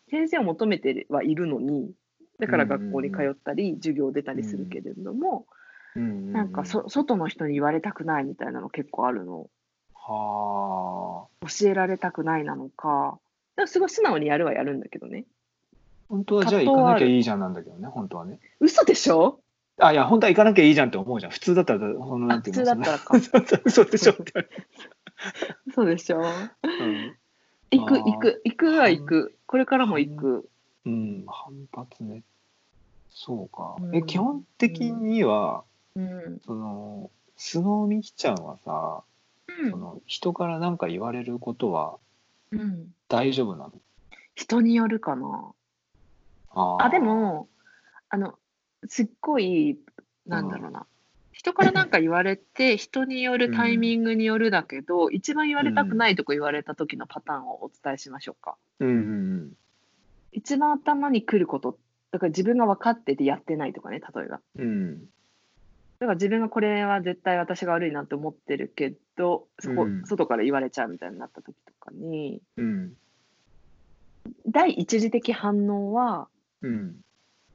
S2: 先生を求めてはいるのにだから
S1: うんうんうん
S2: 学校に通ったり、授業出たりするけれども、
S1: うんうんう
S2: なんかそ外の人に言われたくないみたいなの結構あるの
S1: はあ。
S2: 教えられたくないなのかでもすごい素直にやるはやるんだけどね
S1: 本当はじゃあ行かなきゃいいじゃんなんだけどね、本当はね。
S2: 嘘でしょ
S1: あ、いや、本当は行かなきゃいいじゃんって思うじゃん。普通だったら、その、な
S2: あ
S1: んて
S2: 普
S1: いうの
S2: 通だっ
S1: その
S2: たら か
S1: 嘘でしょって。
S2: そうでし
S1: う
S2: ょ
S1: ん
S2: 行く
S1: あー
S2: 行く行くは行くこれからも行く
S1: うん、反発ね。そうか。
S2: うん
S1: え、基本的には、
S2: うん、
S1: その、スノーミキちゃんはさ、その人から何か言われることは
S2: うん、
S1: 大丈夫なの
S2: 人によるかな
S1: あー
S2: あで、もあのすっごいなんだろうな、人から何か言われて 人によるタイミングによるだけど、一番言われたくないとこ言われた時のパターンをお伝えしましょうか。
S1: うんうん
S2: 一番頭に来ることだから自分が分かっててやってないとかね例えば。
S1: うん。うん。
S2: だから自分がこれは絶対私が悪いなって思ってるけどそこ、
S1: うん
S2: 外から言われちゃうみたいになった時とかに
S1: うん。
S2: 第一次的反応は
S1: うん。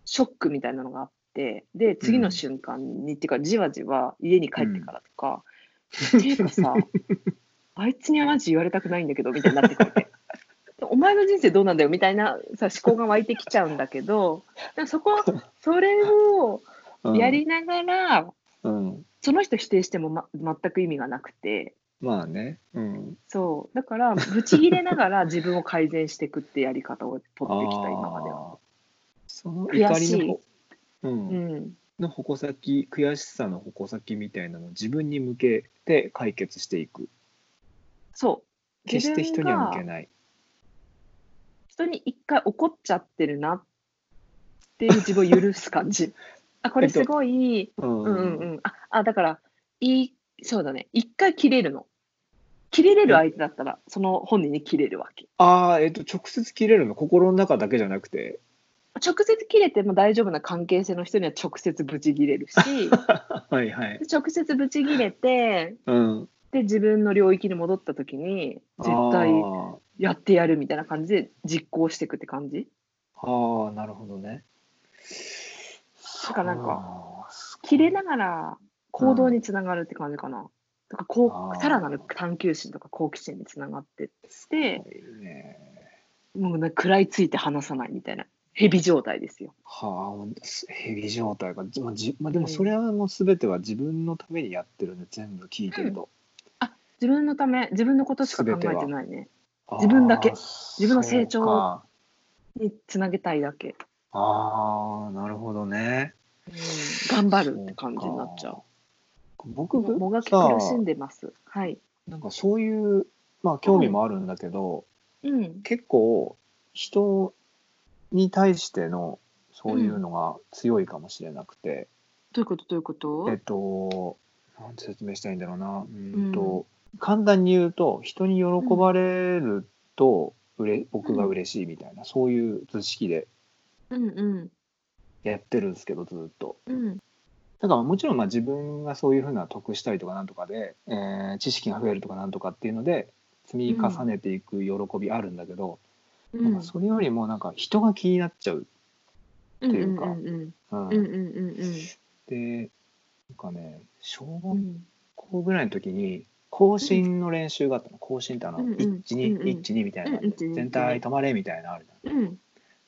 S2: ショックみたいなのがあってで次の瞬間に、っていうかじわじわ家に帰ってからとか、っていうか さあいつにはマジ言われたくないんだけどみたいになってくるわけお前の人生どうなんだよみたいなさ思考が湧いてきちゃうんだけどでもそこそれを
S1: うん
S2: やりながら、
S1: うん
S2: その人否定しても、ま、全く意味がなくて
S1: まあねうん
S2: そうだからブチ切れながら自分を改善していくってやり方を取ってきた今までは。
S1: あーその
S2: 悔
S1: 怒
S2: し
S1: り
S2: い
S1: のほうん
S2: うん、
S1: の矛先悔しさの矛先みたいなのを自分に向けて解決していく
S2: そう
S1: 決して人には向け
S2: い
S1: ない
S2: 人に一回怒っちゃってるなっていう自分を許す感じあこれすごい、
S1: うん
S2: うんうんうんああだからいいそうだね一回切れるの切れれる相手だったらその本人に切れるわけ
S1: ああえっと直接切れるの心の中だけじゃなくて
S2: 直接切れても大丈夫な関係性の人には直接ブチ切れるし
S1: はいはい
S2: 直接ブチ切れて
S1: うん
S2: で自分の領域に戻った時に絶対
S1: あー
S2: やってやるみたいな感じで実行していくって感じ
S1: ああなるほどね
S2: だからなんか
S1: か
S2: 切れながら行動につながるって感じかな。とかこ
S1: あ
S2: う
S1: ー
S2: さらなる探求心とか好奇心につながってって
S1: ね
S2: もうね食らいついて離さないみたいな蛇状態ですよ。
S1: はあヘビ状態がじまあじまあでもそれはもう全ては自分のためにやってるね全部聞いてると、
S2: 自分のため自分のことしか考え
S1: 全
S2: て
S1: て
S2: ないね自分だけ自分の成長を
S1: そうか
S2: につなげたいだけ、
S1: ああなるほどね
S2: うん、頑張るって感じになっちゃう
S1: 僕
S2: ももがき
S1: さ
S2: 苦しんでますはい
S1: なんかそういうまあ興味もあるんだけど、
S2: うん
S1: 結構人に対してのそういうのが強いかもしれなくて、
S2: どういうことどういうこと
S1: えっとなんて説明したらいいんだろうなうんと、簡単に言うと人に喜ばれるとうれ、僕が嬉しいみたいなそういう図式で
S2: うんうん
S1: やってるんですけどずっと。
S2: うん
S1: だからもちろんまあ自分がそういうふうな得したりとかなんとかで、えー知識が増えるとかなんとかっていうので積み重ねていく喜びあるんだけど、
S2: う
S1: なん
S2: ん
S1: かそれよりもなんか人が気になっちゃう。
S2: うん
S1: ていうか
S2: うん
S1: うん
S2: うんうんうんうんうん
S1: でなんかね小
S2: う
S1: 学
S2: ん
S1: 校ぐらいの時に更新の練習があったの更新ってあの
S2: うんうんうんうん
S1: 1212みたいな感じ
S2: うんうん
S1: で全体止まれみたいなのあるじゃん
S2: うん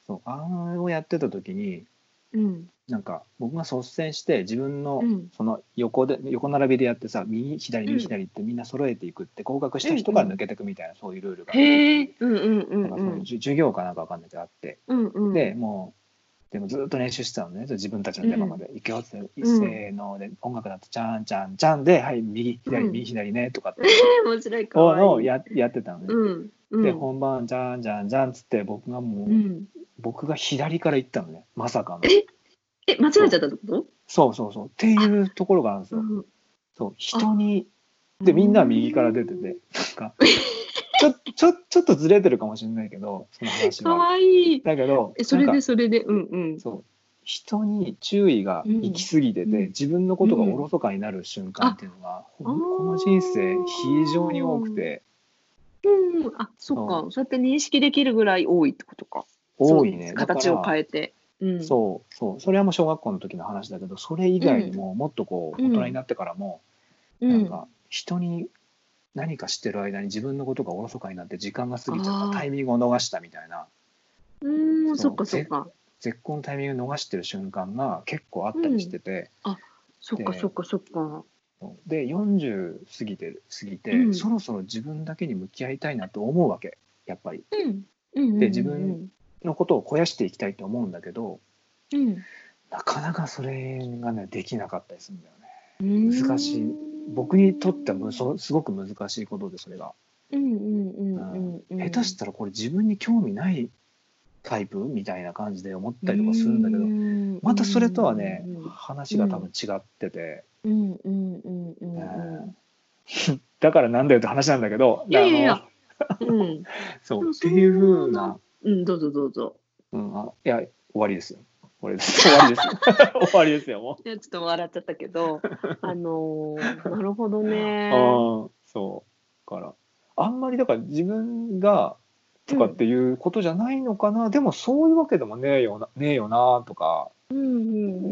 S1: そうあれをやってた時に
S2: うん
S1: なんか僕が率先して自分の
S2: うん
S1: その横で横並びでやってさ右左
S2: うん
S1: 右左ってみんな揃えていくって合格した人から抜けていくみたいなそういうルールが
S2: へえうんうん
S1: なん
S2: うん
S1: か
S2: う
S1: その
S2: ん
S1: じゅ授業かなんかわかんないけどあって
S2: うんうん
S1: でもうでもずっと練習してたのね自分たちの出番まで「いくよ」って「せーの」で音楽だと「ちゃんちゃんちゃん」で「はい右左
S2: うん
S1: 右左ね」とかって
S2: 面白いか
S1: こうの
S2: わ
S1: を
S2: いい
S1: ややってたのね。
S2: うんうん
S1: で本番「じゃんじゃんじゃん」っつって僕がもう、
S2: うん
S1: 僕が左から行ったのねまさかの。
S2: え間違えちゃったってこ
S1: そうそうそうっていうところがあるんです
S2: と
S1: よ。
S2: うん
S1: そう人にでみんなは右から出ててなんかちょ ちょちょっとずれてるかもしれないけどその話
S2: か
S1: は。
S2: わいい
S1: だけど
S2: えそれ
S1: なん
S2: で
S1: か
S2: それでうんうん
S1: そう人に注意が行き過ぎてて、
S2: うん
S1: 自分のことがおろそかになる瞬間っていうのが、
S2: ん
S1: ほん
S2: あ
S1: この人生非常に多くて
S2: うんうん、あそっ
S1: そ
S2: かそうやって認識できるぐらい多いってことか
S1: 多いね
S2: そう形を変
S1: え
S2: えて、うん、
S1: そうそうそれはもう小学校の時の話だけどそれ以外にももっとこう
S2: う
S1: 大
S2: ん
S1: 人になってからも、
S2: う
S1: なんんか人に何かしてる間に自分のことがおろそかになって時間が過ぎちゃ
S2: あ
S1: っ
S2: ー
S1: たタイミングを逃したみたいな
S2: うーん
S1: そ
S2: そうっかそっか
S1: 絶好のタイミングを逃してる瞬間が結構あったりしてて、
S2: そっか
S1: で
S2: そっかそっか
S1: で40過ぎて過ぎて、
S2: うん
S1: そろそろ自分だけに向き合いたいなと思うわけやっぱり
S2: うんうんうんうん
S1: で自分のことを肥やしていきたいと思うんだけど
S2: うん
S1: なかなかそれがねできなかったりするんだよね
S2: 難
S1: 難しい僕にとってはむそすごく難しいことでそれが、
S2: うんうんうんうんうん
S1: 下手したらこれ自分に興味ないタイプみたいな感じで思ったりとかするんだけど、
S2: ど
S1: またそれとはね、話が多分違ってて、
S2: うんうんうんうん
S1: う
S2: うん
S1: だからなんだよって話なんだけど
S2: いやいやいや
S1: あの
S2: うん
S1: そ
S2: で
S1: う
S2: も
S1: っ
S2: そ
S1: て
S2: う
S1: いうふうな
S2: うんどうぞどうぞ
S1: うん、あいや終わりですよ。終わりです。 終わりです。終わりですよ。 も
S2: いやちょっと笑っちゃったけどあのーなるほどね
S1: う。ああ、そう。だからあんまりだから自分がとかっていうことじゃないのかな。でもそういうわけでもねえよなねえよなとか行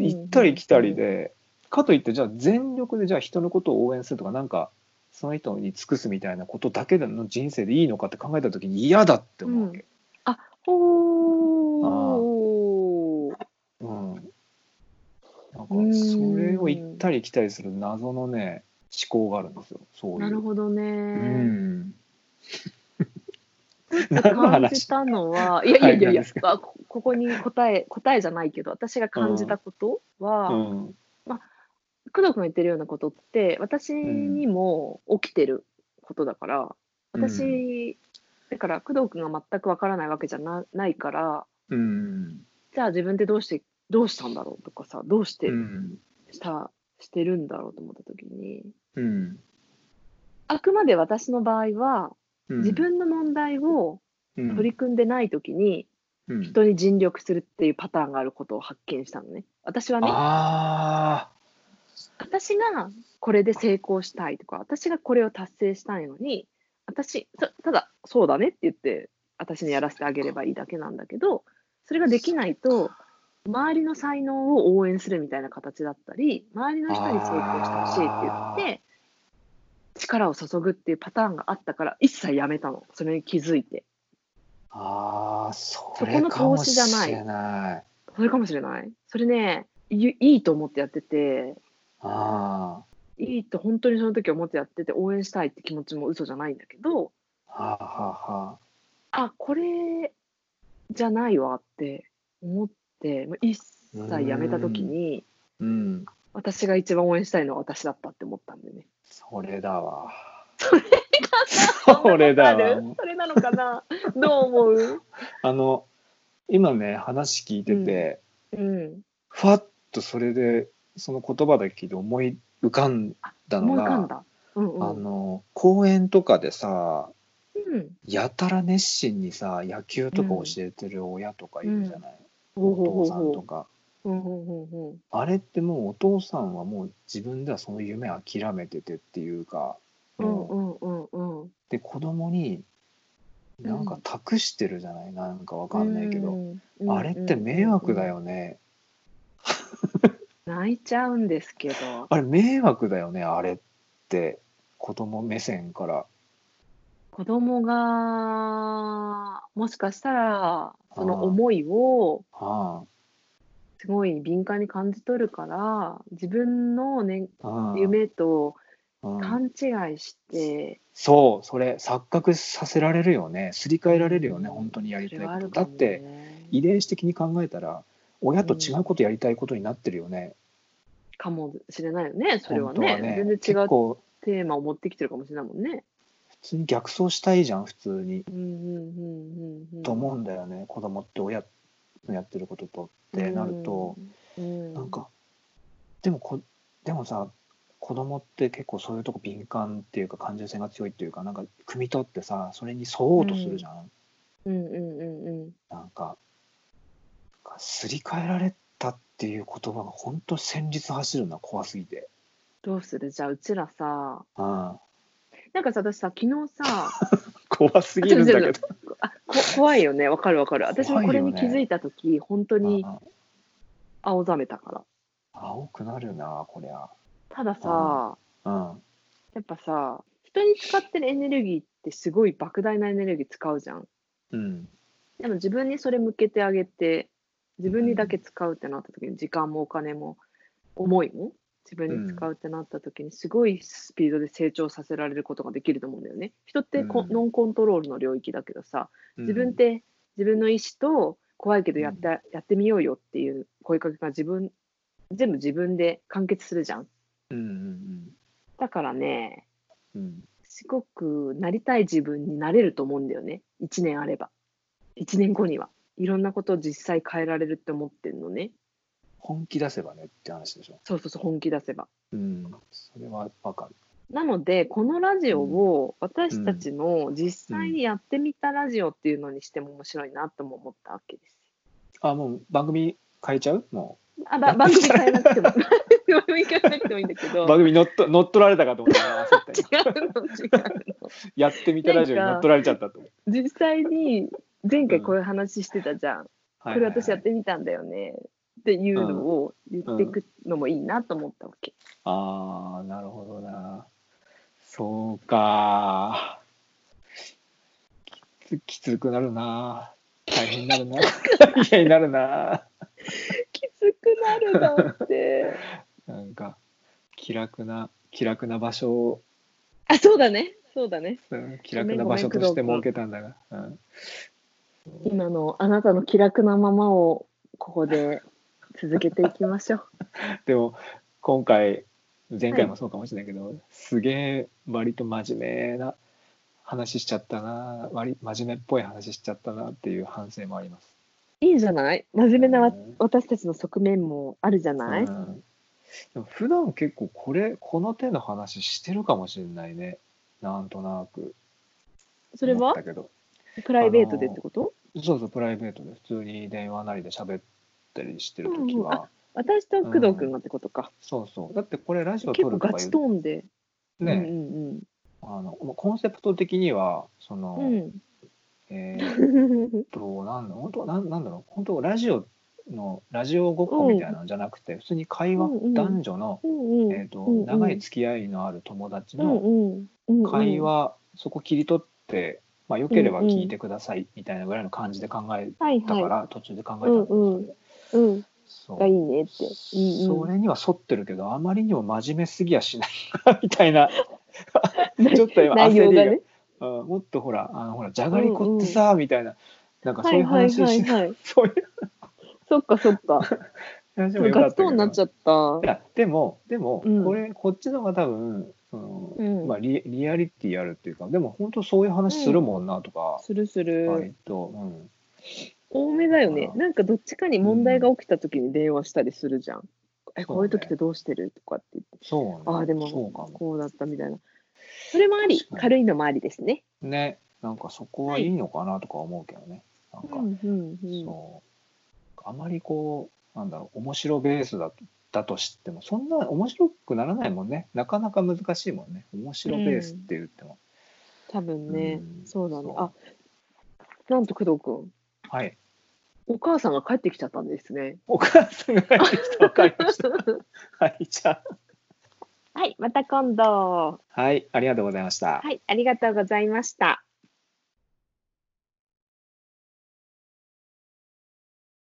S2: 行
S1: ったり来たりで、かといってじゃあ全力でじゃあ人のことを応援するとかなんかその人に尽くすみたいなことだけでの人生でいいのかって考えた時に嫌だって思うわけ、
S2: あほー
S1: うんなんかそれを行ったり来たりする謎のね思考があるんですよそういう。
S2: なるほどね、
S1: うん、何の
S2: 感
S1: 話
S2: じたのは、いやいやいやいや、
S1: はい何です
S2: あこここに答え、答えじゃないけど、私が感じたことは、
S1: うん
S2: 工藤君が言ってるようなことって、私にも起きてることだから、私、
S1: うん
S2: だから工藤君が全くわからないわけじゃなないから、
S1: うん
S2: じゃあ自分ってどうして、どうしたんだろうとかさ、どうして
S1: うん
S2: した、してるんだろうと思った時に、
S1: うん
S2: あくまで私の場合は、
S1: うん
S2: 自分の問題を取り組んでない時に、
S1: うん
S2: 人に尽力するっていうパターンがあることを発見したのね。私はね、
S1: あ
S2: 私がこれで成功したいとか、私がこれを達成したいのに、私、そただ、そうだねって言って、私にやらせてあげればいいだけなんだけど、それができないと、周りの才能を応援するみたいな形だったり、周りの人に成功してほしいって言って、力を注ぐっていうパターンがあったから、一切やめたの、それに気づいて。
S1: あああそ
S2: そこ
S1: れ
S2: の
S1: かも
S2: 投資
S1: し
S2: じゃない
S1: れない。
S2: それかもしれない。それね、いいいと思ってやってて、
S1: あ
S2: いいと本当にその時思ってやってて応援したいって気持ちも嘘じゃないんだけど
S1: あはあはあ
S2: あこれじゃないわって思ってもう一切やめた時に
S1: うん
S2: 私が一番応援したいのは私だったって思ったん でね。
S1: それだわ。
S2: そ
S1: それ だわ
S2: それなのか などう思う、
S1: あの今ね話聞いてて、
S2: うん、
S1: ふわっとそれでその言葉だけ聞いて思い浮かんだの
S2: 思い浮
S1: が
S2: かんだ。うんうん
S1: あの公園とかでさ
S2: うん、
S1: やたら熱心にさ野球とか教えてる親とかいるじゃない、
S2: ほうほう
S1: お
S2: ほう
S1: 父さんと
S2: ほ
S1: か。
S2: ううんうんうんうん
S1: あれってもうお父さんはもう自分ではその夢諦めててっていうか、
S2: うん
S1: もう
S2: うんうんうん
S1: で子供になんか託してるじゃない、なんかわかんないけど、
S2: うんうん
S1: あれって迷惑だよね、
S2: 泣いちゃうんですけど
S1: あれ迷惑だよねあれって子供目線から
S2: 子供がもしかしたらそ
S1: あー
S2: の思いを
S1: あ
S2: すごい敏感に感じ取るから自分の、ね、
S1: あ、うん
S2: 夢と
S1: うん、
S2: 勘違いして、
S1: そうそれ錯覚させられるよねすり替えられるよね
S2: うん
S1: 本当にやり
S2: そ
S1: たい
S2: れはあ
S1: こと、
S2: る
S1: だ
S2: か
S1: っ
S2: も
S1: て
S2: ね。
S1: 遺伝子的に考えたら親と違うことやりたいことになってるよね、
S2: かもしれないよねそれは
S1: 本当
S2: ね
S1: はね
S2: 全然違
S1: 結
S2: う
S1: 構
S2: テーマを持ってきてるかもしれないもんね。
S1: 普通に逆走したいじゃん普通に、
S2: うんうんうんうんうん、
S1: と思うんだよね子供って親のやってることとってなると、
S2: うん、うん、
S1: なんかでもこでもさ子供って結構そういうとこ敏感っていうか感受性が強いっていうかなんか汲み取ってさそれに沿おうとするじゃん、
S2: うんうんうんうん
S1: なんかなんかすり替えられたっていう言葉が本当戦慄走るな怖すぎて
S2: どうするじゃあうちらさ
S1: ああ
S2: なんかさ私さ昨日さ
S1: 怖すぎるんだけど
S2: あこ怖いよねわかるわかる私もこれに気づいた時、本当に
S1: あ
S2: 青ざめたから
S1: あ青くなるなこりゃ
S2: たださ、
S1: うんうん
S2: やっぱさ人に使ってるエネルギーってすごい莫大なエネルギー使うじゃん
S1: うん
S2: でも自分にそれ向けてあげて自分にだけ使うってなった時に時間もお金も思いも自分に使うってなった時にすごいスピードで成長させられることができると思うんだよね人ってこ、
S1: うん
S2: ノンコントロールの領域だけどさ自分って自分の意思と怖いけどやって、やってみようよっていう声かけが自分全部自分で完結するじゃん
S1: うんうん
S2: だからね
S1: うんうん
S2: すごくなりたい自分になれると思うんだよね1年あれば1年後にはいろんなことを実際変えられるって思ってるのね
S1: 本気出せばねって話でしょ
S2: そうそうそう本気出せば
S1: うんそれはわかる
S2: なのでこのラジオを私たちの実際にやってみたラジオっていうのにしても面白いなとも思ったわけです
S1: あもう番組変えちゃうも
S2: あば番組変えなくても番組変えなくてもいいんだけ
S1: う
S2: ど
S1: 番組乗っと乗っ取られたかと思ったら焦 った
S2: 違
S1: よ
S2: うの違うの
S1: やってみたラジオに乗っ取られちゃったと思う
S2: 実際に前回こういう話してたじゃん
S1: は
S2: こ
S1: い
S2: れ
S1: はいはい
S2: 私やってみたんだよねっていうのを言っていくのもいいなと思ったわけ。
S1: ああなるほどなそうかきつきつくなるな大変になる な嫌になるな
S2: きつくなるだって。
S1: なんか気楽な気楽な場所を
S2: あ、そうだね。そうだね。
S1: うん気楽な場所として設けたんだが、うん、
S2: 今のあなたの気楽なままをここで続けていきましょう。
S1: でも今回前回もそうかもしれないけど、すげえ割と真面目な話しちゃったな割真面目っぽい話しちゃったなっていう反省もあります。
S2: いいじゃない真面目なわ
S1: うん
S2: 私たちの側面もあるじゃない、
S1: うんでも普段結構これこの手の話してるかもしれないねなんとなく
S2: それ
S1: 思
S2: は
S1: ったけど
S2: プライベートでってこと
S1: そうそうプライベートで普通に電話なりで喋ったりしてる時は、
S2: うんうん私と工藤君がってことか。
S1: そうそうだってこれラジオ撮
S2: 結構
S1: ると
S2: ガ
S1: か言
S2: チ
S1: う
S2: トーンで。
S1: ね、
S2: うん
S1: あのコンセプト的にはその、
S2: うんうん。
S1: え
S2: う
S1: ー
S2: ん。
S1: えっと、なんだ、本当、なん、なんだろう、本当、ラジオの、ラジオごっこみたいなのじゃなくて、普通に会話、
S2: うんうん
S1: 男女の、
S2: うんう ん。
S1: えっ、と、
S2: うんうん
S1: 長い付き合いのある友達
S2: うん
S1: の
S2: うんうん。
S1: 会話、そこ切り取って、まあ、良ければ聞いてください、みたいなぐらいの感じで考え
S2: はい
S1: たか
S2: は
S1: ら、途中で考えた
S2: うんん
S1: だけど
S2: うん
S1: そ
S2: い。うん。
S1: う
S2: がいいねって。うん
S1: そ
S2: うん
S1: れには沿ってるけど、あまりにも真面目すぎやしないなみたいな、ちょっと今、
S2: 内
S1: 焦
S2: 容
S1: りが
S2: が、ね。
S1: あもっとほら、あのほら、じゃがりこってさ、みたいな、なんか
S2: は
S1: そうい
S2: いうはい
S1: 話を
S2: は
S1: し
S2: い
S1: ない、
S2: はい。
S1: そういう
S2: そっかそっか。
S1: 話もよか
S2: ガ
S1: っ
S2: チ
S1: たけ
S2: トー
S1: ど。
S2: ンになっちゃった。
S1: いやでもでも、
S2: うん
S1: これこっちの方が多分その、
S2: うん
S1: まあ、リリアリティあるっていうかでも本当そういう話するもんなとか、
S2: するする。
S1: 割と、うん、
S2: 多めだよね
S1: あ。ら
S2: なんかどっちかに問題が起きた時に電話したりするじゃん。え、こういう時っ
S1: そう
S2: てどうしてるとかって言って。
S1: そうね
S2: ああ、でも
S1: そうかも
S2: こうだったみたいな。それもあり
S1: 確か、に
S2: 軽いのもありですね。
S1: ねなんかそこはいいのかなとか思うけどね、
S2: う
S1: なんか、
S2: んうんうん。
S1: そうあまりこうなんだろう面白ベースだだとしてもそんな面白くならないもんねなかなか難しいもんね面白ベースって言っても、
S2: 多分ね、
S1: ん
S2: そうだね。
S1: そ
S2: あ、なんと工藤くん、
S1: はい
S2: お母さんが帰ってきちゃったんで すね。
S1: お母さんが入ってきたわかりましたはいじゃあ
S2: はい、また今度。
S1: はい、ありがとうございました。
S2: はい、ありがとうございました。